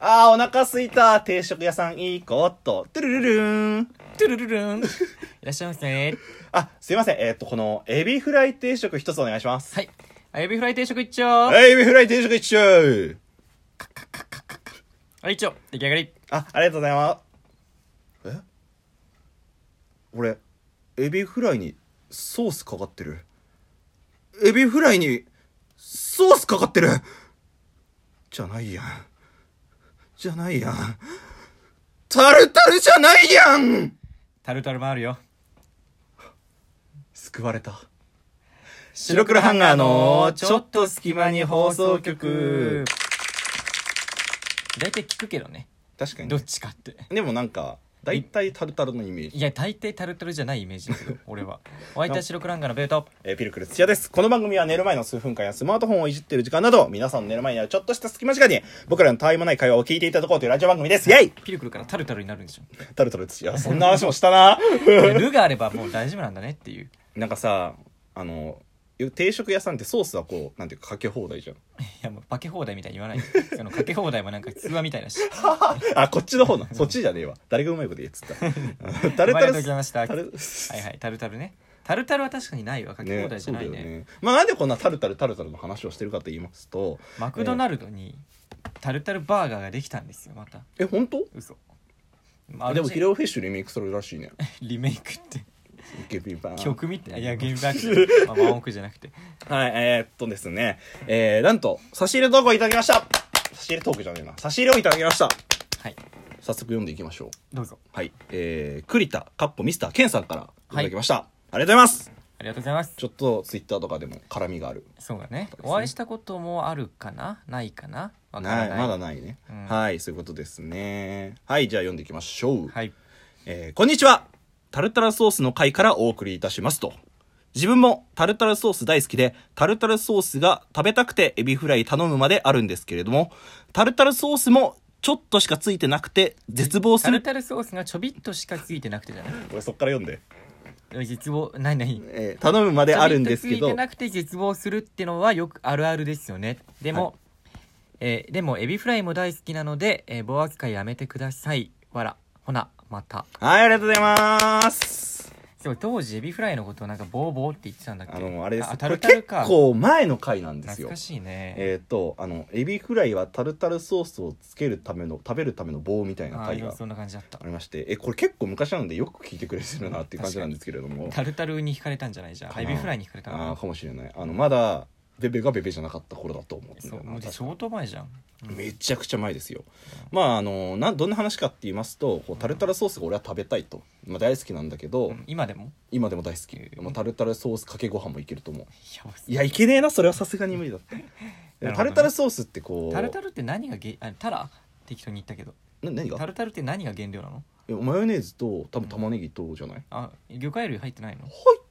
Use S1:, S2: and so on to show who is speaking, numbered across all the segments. S1: あー、お腹すいた。定食屋さん行こうっと。トゥルルルーン。
S2: トゥルルルン。いらっしゃいませ。
S1: あ、すいません。えーっと、この、エビフライ定食一つお願いします。
S2: はい。あエビフライ定食一丁。は
S1: はいエビフライ定食一丁
S2: い、一丁。出来上がり。
S1: あ、ありがとうございます。え俺、エビフライにソースかかってる。エビフライにソースかかってるじゃないやん。じゃないやん。タルタルじゃないやん
S2: タルタルもあるよ。
S1: 救われた。
S2: 白
S1: 黒ハンガーのちょっ
S2: と隙間
S1: に放送局。
S2: 大体聞くけどね。
S1: 確かに
S2: ど
S1: ね、
S2: っちかって。
S1: でもなんか、だいたいタルタルのイメージ。
S2: いや、大体タルタルじゃないイメージだ けど、俺は。お相手は白黒ハンガーのベルト。
S1: えーピルクル土屋です。この番組は寝る前の数分間やスマートフォンをいじってる時間など、皆さんの寝る前にあるちょっとした隙間時間に、僕らのたわいもない会話を聞いていただこうというラジオ番組です。イェイ
S2: ピルクルからタルタルになるんでしょ。
S1: タルタル土屋、そんな話もした な。
S2: ルがあればもう大丈夫なんだねっていう。
S1: なんかさ、あの、定食屋さんってソースはこう、なんていうかかけ放題じゃん。
S2: いや、もうかけ放題みたいに言わないで。そのかけ放題もなんか通話みたいだし。
S1: あ、こっちの方な。そっちじゃねえわ。誰がうまいこと言えっつった。 タ
S2: 生
S1: ル
S2: ま
S1: タ
S2: れ
S1: ル
S2: てきました。
S1: タ
S2: はい
S1: ル
S2: はい、タルタルね。タルタルは確かにないわ。かけ放題じゃないね。
S1: そうだよまあなんでこんなタルタルタルタルの話をしてるかと言いますと、
S2: マクドナルドにタルタルバーガーができたんですよ、また。
S1: え、本当
S2: 嘘。まあ
S1: でも
S2: うち
S1: ヒレオフィッシュリメイクするらしいね。
S2: リメイクって
S1: ゲビバーン
S2: 曲みたい。いや、ゲームバ ック。まあ、ワンオクじゃなくて。
S1: はい、えー、っとですね、えー、なんと、差し入れ投稿いただきました差し入れ投稿じゃねえな。差し入れをいただきました
S2: はい、
S1: 早速読んでいきましょう。
S2: どうぞ。
S1: はい、えー、栗田、カッコミスターケンさんからいただきました。ありがとうございます
S2: ありがとうございます。
S1: ちょっとツイッターとかでも絡みがある。
S2: そうだね。
S1: ですね
S2: お会いしたこともあるかなないかなわか
S1: な、
S2: らないい。
S1: まだないね、
S2: うん
S1: はい、そういうことですね。はい、じゃあ読んでいきましょう。
S2: はい。
S1: えーこんにちはタルタルソースの回からお送りいたしますと。自分もタルタルソース大好きで、タルタルソースが食べたくてエビフライ頼むまであるんですけれども、タルタルソースもちょっとしかついてなくて絶望す
S2: タル
S1: る。
S2: タルソースがちょびっとしかついてなくてじゃない
S1: 俺そっから読んで。
S2: 絶望ないない
S1: えー頼むまであるんですけ
S2: ちょびっと
S1: ど
S2: ついて、なくて絶望するってのはよくあるあるですよねでも、えーでもエビフライも大好きなので、えー、棒扱いやめてくださいわらほなまた
S1: はい、ありがとうございます。
S2: そう当時エビフライのことをなんかボーボーって言ってたんだっけ
S1: あの、あれです。
S2: タルタル
S1: これ
S2: か
S1: 結構前の回なんです
S2: 懐
S1: よ
S2: か。しいね、
S1: えっ、と、あの、エビフライはタルタルソースをつけるための、食べるための棒みたいな
S2: あー
S1: 回
S2: でも
S1: が
S2: そんな感じだった
S1: ありましてえこれ結構昔なのでよく聞いてくれてるなっていう感じなんですけれども
S2: タルタルに惹かれたんじゃないじゃ
S1: か
S2: ん
S1: な
S2: エビフライに惹かれたの
S1: ああ
S2: か
S1: かもしれないあのまだベベがベベじゃなかった頃だと思うんだ
S2: なそ
S1: よ
S2: う
S1: な
S2: もう
S1: 確か
S2: 相当前じゃん、うん
S1: めちゃくちゃ前ですよ、まああのなんどんな話かって言いますとこうタルタルソースが俺は食べたいと、まあ、大好きなんだけど、
S2: うん今でも
S1: 今でも大好き、
S2: うん
S1: まあ、タルタルソースかけご飯もいけると思う
S2: やばす
S1: いやいけねえなそれはさすがに無理だった、
S2: ほどね
S1: タルタルソースってこう
S2: タルタルって何がげあタラ適当に言ったけど
S1: な何
S2: タ
S1: が
S2: ルタルって何が原料なの
S1: えマヨネーズと多分玉ねぎとじゃない、
S2: あ魚介類入ってないの
S1: はいっ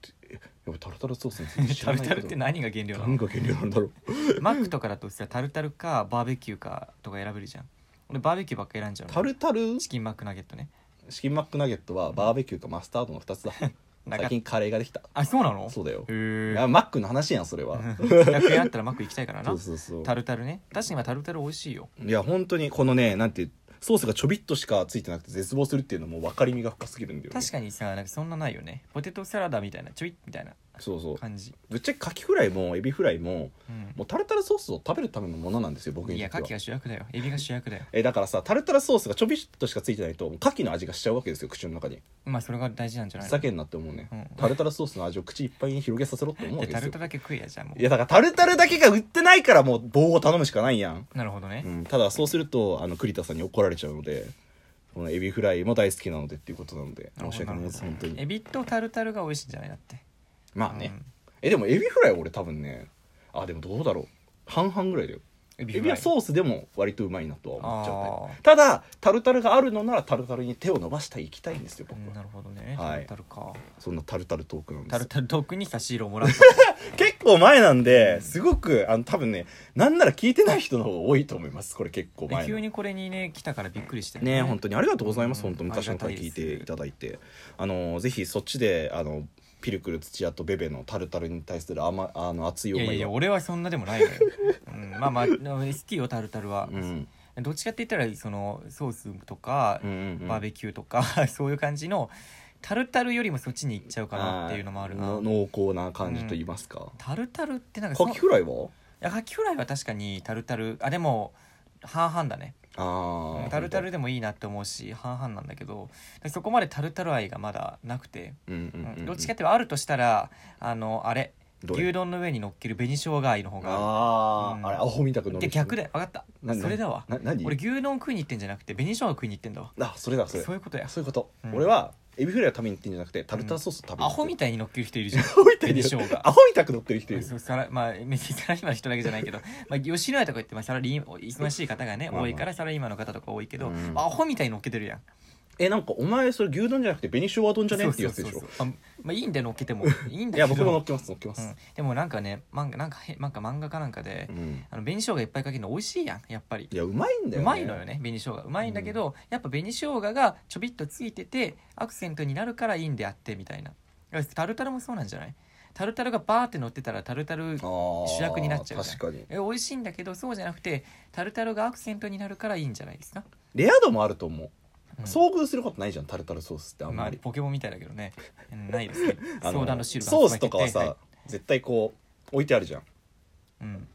S1: てえやばいタルタルソースについて知
S2: タ
S1: ら
S2: ル
S1: ない
S2: タル
S1: けど
S2: って何が原料な
S1: 何
S2: の
S1: が原料なんだろう
S2: マックとかだとさタルタルかバーベキューかとか選べるじゃん俺バーベキューばっか選んじゃうの
S1: タルタル
S2: チキンマックナゲットね
S1: チキンマックナゲットはバーベキューかマスタードの2つだ
S2: なん
S1: 最
S2: か
S1: 近カレーができた
S2: あそうなの
S1: そうだよ
S2: へ
S1: い
S2: え
S1: やマックの話やんそれは
S2: 100円あったらマック行きたいから
S1: そ
S2: な
S1: うそうそう
S2: タルタルね確かに今タルタル美味しいよ
S1: いや本当にこのねなんていうソースがちょびっとしかついてなくて絶望するっていうのも分かりみが深すぎるんだよ、ね、
S2: 確かにさなんかそんなないよねポテトサラダみたいなちょいみたいな
S1: そうそう
S2: 感じ、
S1: ぶっちゃけカキフライもエビフライも
S2: うん
S1: もうタルタルソースを食べるためのものなんですよ僕に
S2: い
S1: とっ
S2: や
S1: て
S2: カ
S1: は
S2: キが主役だよエビが主役だよ
S1: えだからさタルタルソースがちょびっとしかついてないとカキの味がしちゃうわけですよ口の中に
S2: まあそれが大事なんじゃな
S1: ふ
S2: い
S1: ざけんなって思うね、
S2: うん
S1: タルタルソースの味を口いっぱいに広げさせろって思う
S2: の
S1: わけで
S2: でタ
S1: すよ
S2: ルタルだけ食えやじゃあも
S1: いやだからタルタルだけが売ってないからもう棒を頼むしかないやん、
S2: うなるほどね、
S1: うん、ただそうするとあの栗田さんに怒られちゃうのでこのエビフライも大好きなのでっていうことなので申し訳ないです
S2: なる
S1: 本
S2: ほ
S1: 当
S2: どなるほどエ
S1: に
S2: ビとタルタルが美味しいんじゃないだって
S1: まあね、
S2: うん
S1: えでもエビフライは俺多分ねあでもどうだろう半々ぐらいだよ
S2: エ
S1: エビは
S2: う
S1: ソースでも割とうまいなとは思っちゃうタイプ
S2: あー
S1: ただタルタルがあるのならタルタルに手を伸ばしたい行きたいんですよ僕
S2: うん
S1: は
S2: なるほどね、
S1: はい
S2: タルタルか
S1: そんなタルタルトークなんで
S2: タ
S1: す
S2: ルタル特に差し色を もらう
S1: 結構前なんですごくあの多分ねなんなら聞いてない人の方が多いと思いますこれ結構前の
S2: 急にこれにね来たからびっくりして
S1: ね本当にありがとうございます、
S2: うん
S1: 本当昔の
S2: あり
S1: 回
S2: がた
S1: 聞
S2: い
S1: い
S2: です
S1: ていただいてあのぜひそっちであのピルクル土屋とベベのタルタルに対する甘あの熱い
S2: い
S1: 思いを
S2: やいやいや俺はそんなでもないのよ、うん、まあまあ好きよタルタルは、
S1: うん、
S2: どっちかって言ったらそのソースとか
S1: うんうんうん
S2: バーベキューとか そういう感じのタルタルよりもそっちに行っちゃうかなっていうのもあるな
S1: ーの濃厚な感じと言いますか、
S2: タルタルってなんかそ
S1: カキフライはい
S2: やカキフライは確かにタルタルあでも半々だね
S1: ああ
S2: タルタルでもいいなって思うし半々なんだけどそこまでタルタル愛がまだなくて、
S1: うんうんうんうん
S2: どっちかっていうとあるとしたらあのあれ
S1: どれ
S2: 牛丼の上に乗っける紅生姜愛の方が
S1: あー、
S2: うん
S1: あれアホみたく伸び
S2: で
S1: て
S2: 逆で分かった
S1: なな
S2: それだわ
S1: な何
S2: 俺牛丼食いに行ってんじゃなくて紅生姜食いに行ってんだわ
S1: あそれだそれ
S2: そういうことや
S1: そういうこと、
S2: うん
S1: 俺はエビフライを食べに行ってんじゃなくてタルタルソースを食べに行
S2: ア
S1: って
S2: ホみたいに乗っける人いるじゃん
S1: アホみたいに
S2: 紅生姜
S1: アホみたく乗ってる人いる
S2: そうさらまあ別にサラリーマンの人だけじゃない けどまあ吉野家とか言って、まあ、サラリー忙しい方がね
S1: まあまあ
S2: 多いからサラリーマンの方とか多いけど、
S1: うん
S2: アホみたいに乗っけてるやん
S1: えなんかお前それ牛丼じゃなくて紅生姜丼じゃねっていうやつでし
S2: そ
S1: ょ
S2: うそうそうそうあまあいいんだよ乗っけても いい
S1: い
S2: んだけど
S1: や僕も乗っけます乗っけま
S2: う
S1: す
S2: ん、でもなんかね漫画なんかへなんか漫画かなんかで、
S1: うん
S2: あの紅生姜いっぱいかけるの美味しいやんやっぱり、
S1: いやうまいんだよ、ね、
S2: うまいのよね紅生姜うまいんだけど、やっぱ紅生姜がちょびっとついててアクセントになるからいいんであってみたいなタルタルもそうなんじゃないタルタルがバーって乗ってたらタルタル
S1: あー
S2: 主役になっちゃうじゃん
S1: 確かに
S2: え美味しいんだけどそうじゃなくてタルタルがアクセントになるからいいんじゃないですか、
S1: レア度もあると思う、遭遇することないじゃんタルタルソースってあん
S2: ま
S1: ま
S2: あ
S1: り、
S2: ポケモンみたいだけどねうんないですね
S1: あの
S2: ソーダの汁が
S1: ソースとかはさ、
S2: 入って
S1: 絶対こう置いてあるじゃん
S2: てはいうん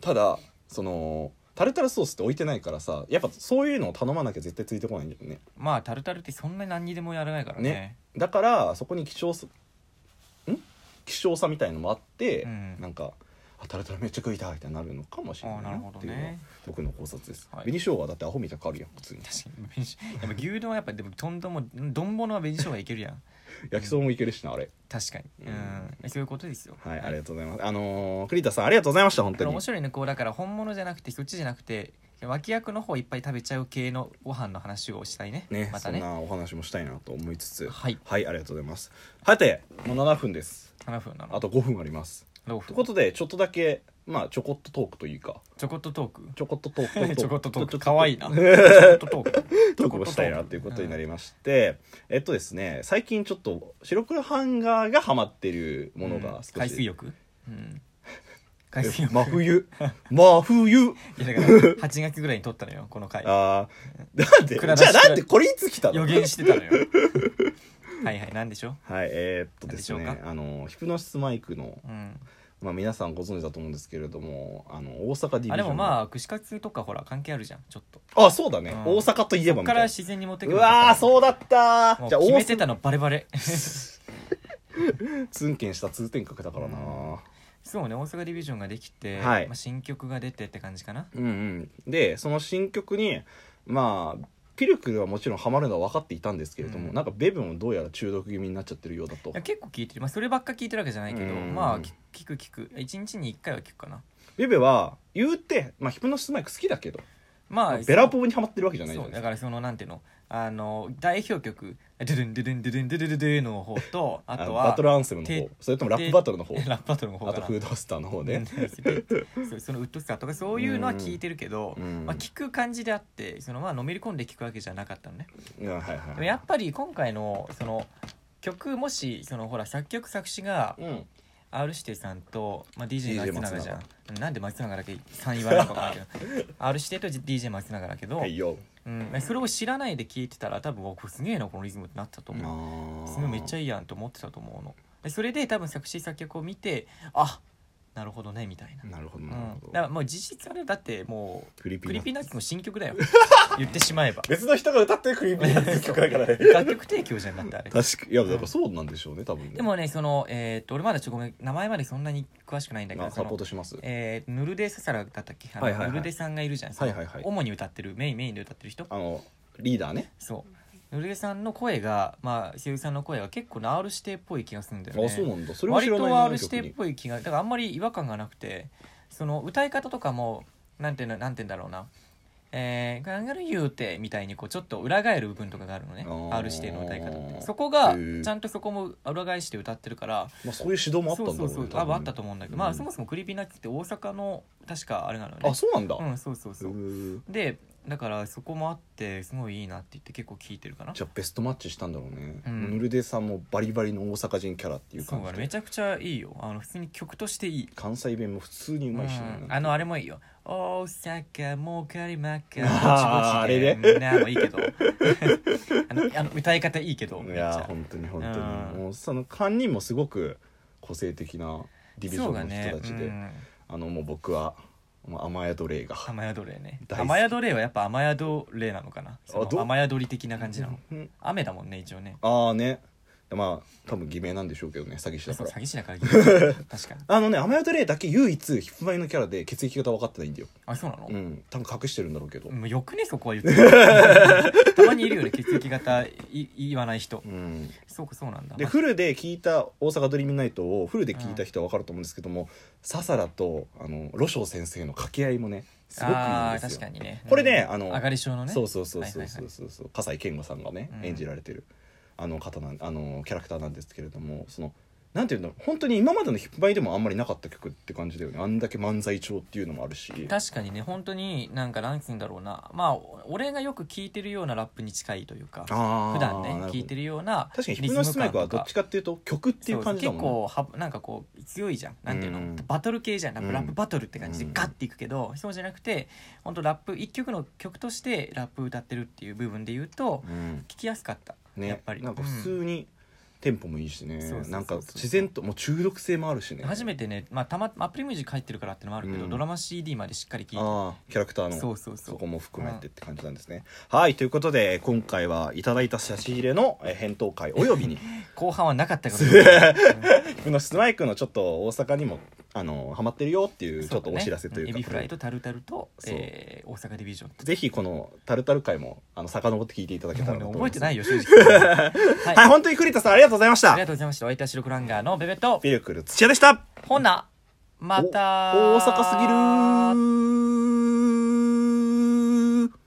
S1: ただそのタルタルソースって置いてないからさやっぱそういうのを頼まなきゃ絶対ついてこないんだよね
S2: まあタルタルってそんなに何にでもやらないからね
S1: ねだからそこに希少さん希少さみたいのもあって、
S2: うん
S1: なんかあタルタルめっちゃ食いたいってなるのかもしれない
S2: あーなるほどね
S1: っていうのが僕の考察です、
S2: はい
S1: 紅生姜だってアホみたくあるやん普通に
S2: 確かに紅生やっぱ牛丼はやっぱでもとんども丼物は紅生姜いけるやん
S1: 焼きそばもいけるしなあれ
S2: 確かにう
S1: うんん
S2: そういうことですよ
S1: はいありがとうございますあのー栗田さんありがとうございました本
S2: だか
S1: 当
S2: ら
S1: に
S2: 面白いねこうだから本物じゃなくてそっちじゃなくて脇役の方いっぱい食べちゃう系のご飯の話をしたいね
S1: ね
S2: また
S1: そん
S2: ね
S1: なお話もしたいなと思いつつ
S2: はい
S1: ありがとうございますはてもう7分です
S2: 7分なの
S1: あと5分あります
S2: どう
S1: ということでちょっとだけまあちょこっとトークというか
S2: ちょこっとトーク
S1: ちょこっとトーク
S2: ちょこっとトー
S1: ちょ
S2: ク
S1: っ
S2: かわいい なちょこっとトーク
S1: トークをしたいなということになりまして、えっとですね最近ちょっと白黒ハンガーがハマってるものが少し、
S2: 海水浴 うん海水
S1: え
S2: 浴
S1: 真冬 真冬
S2: いやだから8月ぐらいに撮ったのよこの回
S1: あーなんで
S2: 蔵出
S1: じゃ
S2: し
S1: あなんでこれいつ来たの
S2: 予言してたのよはいはいなんでしょ
S1: はいえーっとです
S2: なんでしょ
S1: ね
S2: う
S1: あのヒプノシスマイクの
S2: う、うん
S1: まあ、皆さんご存知だと思うんですけれどもあの大阪ディビジョン
S2: あでもまあ串カツとかほら関係あるじゃんちょっと
S1: あそうだね、
S2: うん
S1: 大阪といえ
S2: そ
S1: ば
S2: っ
S1: みた
S2: か
S1: い
S2: ら
S1: な
S2: 自然に持ってく
S1: う
S2: る
S1: わーそうだったー
S2: もう
S1: じゃあ
S2: 決
S1: 大
S2: めて
S1: 阪
S2: たのバレバレ
S1: ツンケンした通天閣だからなー
S2: そうね大阪ディビジョンができて、
S1: はい
S2: まあ、新曲が出てって感じかな
S1: うんうん、でその新曲にまあピルクルはもちろんハマるのは分かっていたんですけれども、
S2: うん
S1: なんかベブンをどうやら中毒気味になっちゃってるようだと
S2: いや結構聞いてる、まあ、そればっか聞いてるわけじゃないけど
S1: うん
S2: まあき聞く聞く1日に1回は聞くかな
S1: ベベは言うて、まあ、ヒプノシスマイク好きだけど、
S2: まあ
S1: ベラボーにハマってるわけじゃないじゃ
S2: そ
S1: な
S2: う
S1: いです
S2: だか
S1: から
S2: そのなんていうのあの代表曲「ドゥドゥンドゥドゥンドゥドゥンドゥドゥドゥドゥ」の方とあ
S1: あ
S2: と
S1: の
S2: は
S1: バトルアンセムの
S2: て
S1: 方それともラップバトルの方
S2: でラップバトルの方か
S1: あ
S2: な
S1: とフードスターの方ね、
S2: うんそうそのウッドスターとかそういうのは聞いてるけど、
S1: うん
S2: まあ、聞く感じであってそのまあのめり込んで聞くわけじゃなかったのね
S1: うんはい
S2: で
S1: は
S2: も
S1: い
S2: やっぱり今回のその曲もしそのほら作曲作詞が
S1: うん、
S2: R 指定さんと、まあ、DJ
S1: DJ
S2: 松永じゃんうんなんで松永だけ3言わないのか分かんな いけど R 指定と DJ 松永だけど、
S1: はいよ
S2: うん、それを知らないで聞いてたら多分おこれすげえなこのリズムってなったと思う、すごいめっちゃ
S1: いい
S2: いいやんと思ってたと思うのでそれで多分作詞作曲を見てあなるほどねみたいな、
S1: なるほど
S2: うん、
S1: なるほ
S2: だ
S1: ど、
S2: からもう実質あれだってもう
S1: クリーピー
S2: ク
S1: ナッ
S2: リー
S1: ツ
S2: ピーナッツの新曲 だよ言ってしまえば
S1: 別の人が歌ってるクリーピーナッツの曲だ からね
S2: 楽曲提供じゃんだってあれ
S1: 確かいやだからそうなんでしょうね多分ね
S2: でもねそのえーっと俺まだちょっとごめん名前までそんなに詳しくないんだけ
S1: ま
S2: ど
S1: あ
S2: そ
S1: サポー
S2: の
S1: トします
S2: えー、ヌルデ・ササラだったっけあの
S1: はいはいはい
S2: ヌルデさんがいるじゃん、その
S1: はいはいはい
S2: 主に歌ってるメインメインで歌ってる人
S1: あのリーダーね
S2: そうヌルデさんの声がまあ瀬尾さんの声が結構な R 指定っぽい気がするんだよね
S1: あそうなんだそれも知
S2: 割
S1: らない
S2: と
S1: な
S2: R 指定っぽい気がだからあんまり違和感がなくてその歌い方とかもなんていうのなんて言うんだろうな「えー、ガンガル言うて」みたいにこうちょっと裏返る部分とかがあるのね
S1: あー
S2: R 指定の歌い方ってそこが
S1: へー
S2: ちゃんとそこも裏返して歌ってるから
S1: まあ、そういう指導もあったん
S2: そ
S1: だ
S2: うそうそう
S1: 多
S2: 多
S1: 分
S2: 分あったと思うんだけど、ま
S1: う
S2: あ
S1: ん
S2: そもそもクリーピーナッツって大阪の確かあれなのよね
S1: あそうなんだ、
S2: うんそうそうそう
S1: うー
S2: でだからそこもあってすごいいいなって言って結構聞いてるかな
S1: じゃあベストマッチしたんだろうね、
S2: うん
S1: ヌルデさんもバリバリの大阪人キャラっていう
S2: そう
S1: 感じ
S2: だね
S1: で
S2: めちゃくちゃいいよあの普通に曲としていい
S1: 関西弁も普通にうまいしね、
S2: うんあのあれもいいよ大阪もかりまっか
S1: あー
S2: ぼちぼちで
S1: あれね
S2: うんなもうい いけどあのあの歌い方いいけど
S1: い
S2: めっち
S1: やー
S2: ゃ
S1: 本当に本当に、
S2: うん
S1: もうその3人もすごく個性的なディビジョンの人たち
S2: そう
S1: で、
S2: だね
S1: あのもう僕はもう雨宿れが
S2: うん、雨宿れね
S1: 大好き
S2: 雨宿れはやっぱ雨宿れなのかなその
S1: どう
S2: 雨宿り的な感じなの
S1: うん
S2: 雨だもんね一応ね
S1: ああねまあ多分偽名なんでしょうけどね詐欺師だか
S2: そう
S1: ら
S2: 詐欺師だから 確かに
S1: あのね雨宿れだけ唯一ヒップマイのキャラで血液型分かってないんだよ
S2: あそうなの、
S1: うん多分隠してるんだろうけど
S2: もうよくねそこは言ってたまにいるよね血液型い言わない人
S1: うん
S2: そうかそうなんだ
S1: でフルで聞いた「大阪ドリームナイト」をフルで聞いた人は分かると思うんですけども、ササラとあのロショウ先生の掛け合いもねすごくいいん
S2: ああー
S1: ですよ
S2: 確かにね
S1: これね
S2: うん
S1: あの
S2: 上がり症のね
S1: そうそうそうそ
S2: は
S1: う
S2: いはい
S1: そ
S2: は
S1: うそうそう笠井健吾さんがね、
S2: うん
S1: 演じられてるあの方なんあのキャラクターなんですけれどもそのなんていうんだろう本当に今までのヒップバイでもあんまりなかった曲って感じだよねあんだけ漫才調っていうのもあるし
S2: い確かにね本当になんかなんつうんだろうなまあお俺がよく聞いてるようなラップに近いというか
S1: あ
S2: 普段ね聞いて
S1: る
S2: るような
S1: 確かにヒップノシスマイクはどっち
S2: か
S1: かっていうと曲っていう感じだもんね
S2: そう結構はなんかこう強いじゃんなんていうの、
S1: うん
S2: バトル系じゃんラップ,、
S1: うん
S2: ラップバトルって感じ
S1: う
S2: で
S1: ん
S2: ガッていくけど、そうじゃなくて本当ラップ一曲の曲としてラップ歌ってるっていう部分で言うと
S1: うん
S2: 聞きやすかった、
S1: ね
S2: やっぱり
S1: なんか普通にテンポもいいしね、
S2: そうそうそうそう
S1: なんか自然ともう中毒性もあるしね
S2: 初め
S1: て
S2: てね、まあ、たまアップルミュージック入ってるからってのもあるけど、
S1: うん
S2: ドラマ CD までしっかり聞いて
S1: ああキャラクターの
S2: そうそうそ
S1: そ
S2: う
S1: こも含めてって感じなんですね、はいということで今回はいただいた差し入れのえー返答会およ びに
S2: 後半はなかったことにうん
S1: このスマイクのちょっと大阪にもあのハマってるよっていう ちょっとお知らせという
S2: エ
S1: か
S2: ビフライとタルタルと、
S1: そう
S2: えー、大阪ディビジョン
S1: ぜひこのタルタル会もあの遡って聞いていただけたらなと
S2: もうね
S1: 思い
S2: 覚
S1: ま
S2: え
S1: す
S2: てないよ正 直はい、
S1: はい本当に栗田さんありがとうございまし
S2: あ
S1: た
S2: りがとうございましたお相手はシルクランガーのベベと
S1: ピルクル土屋でした
S2: ほなまた
S1: お大阪すぎるー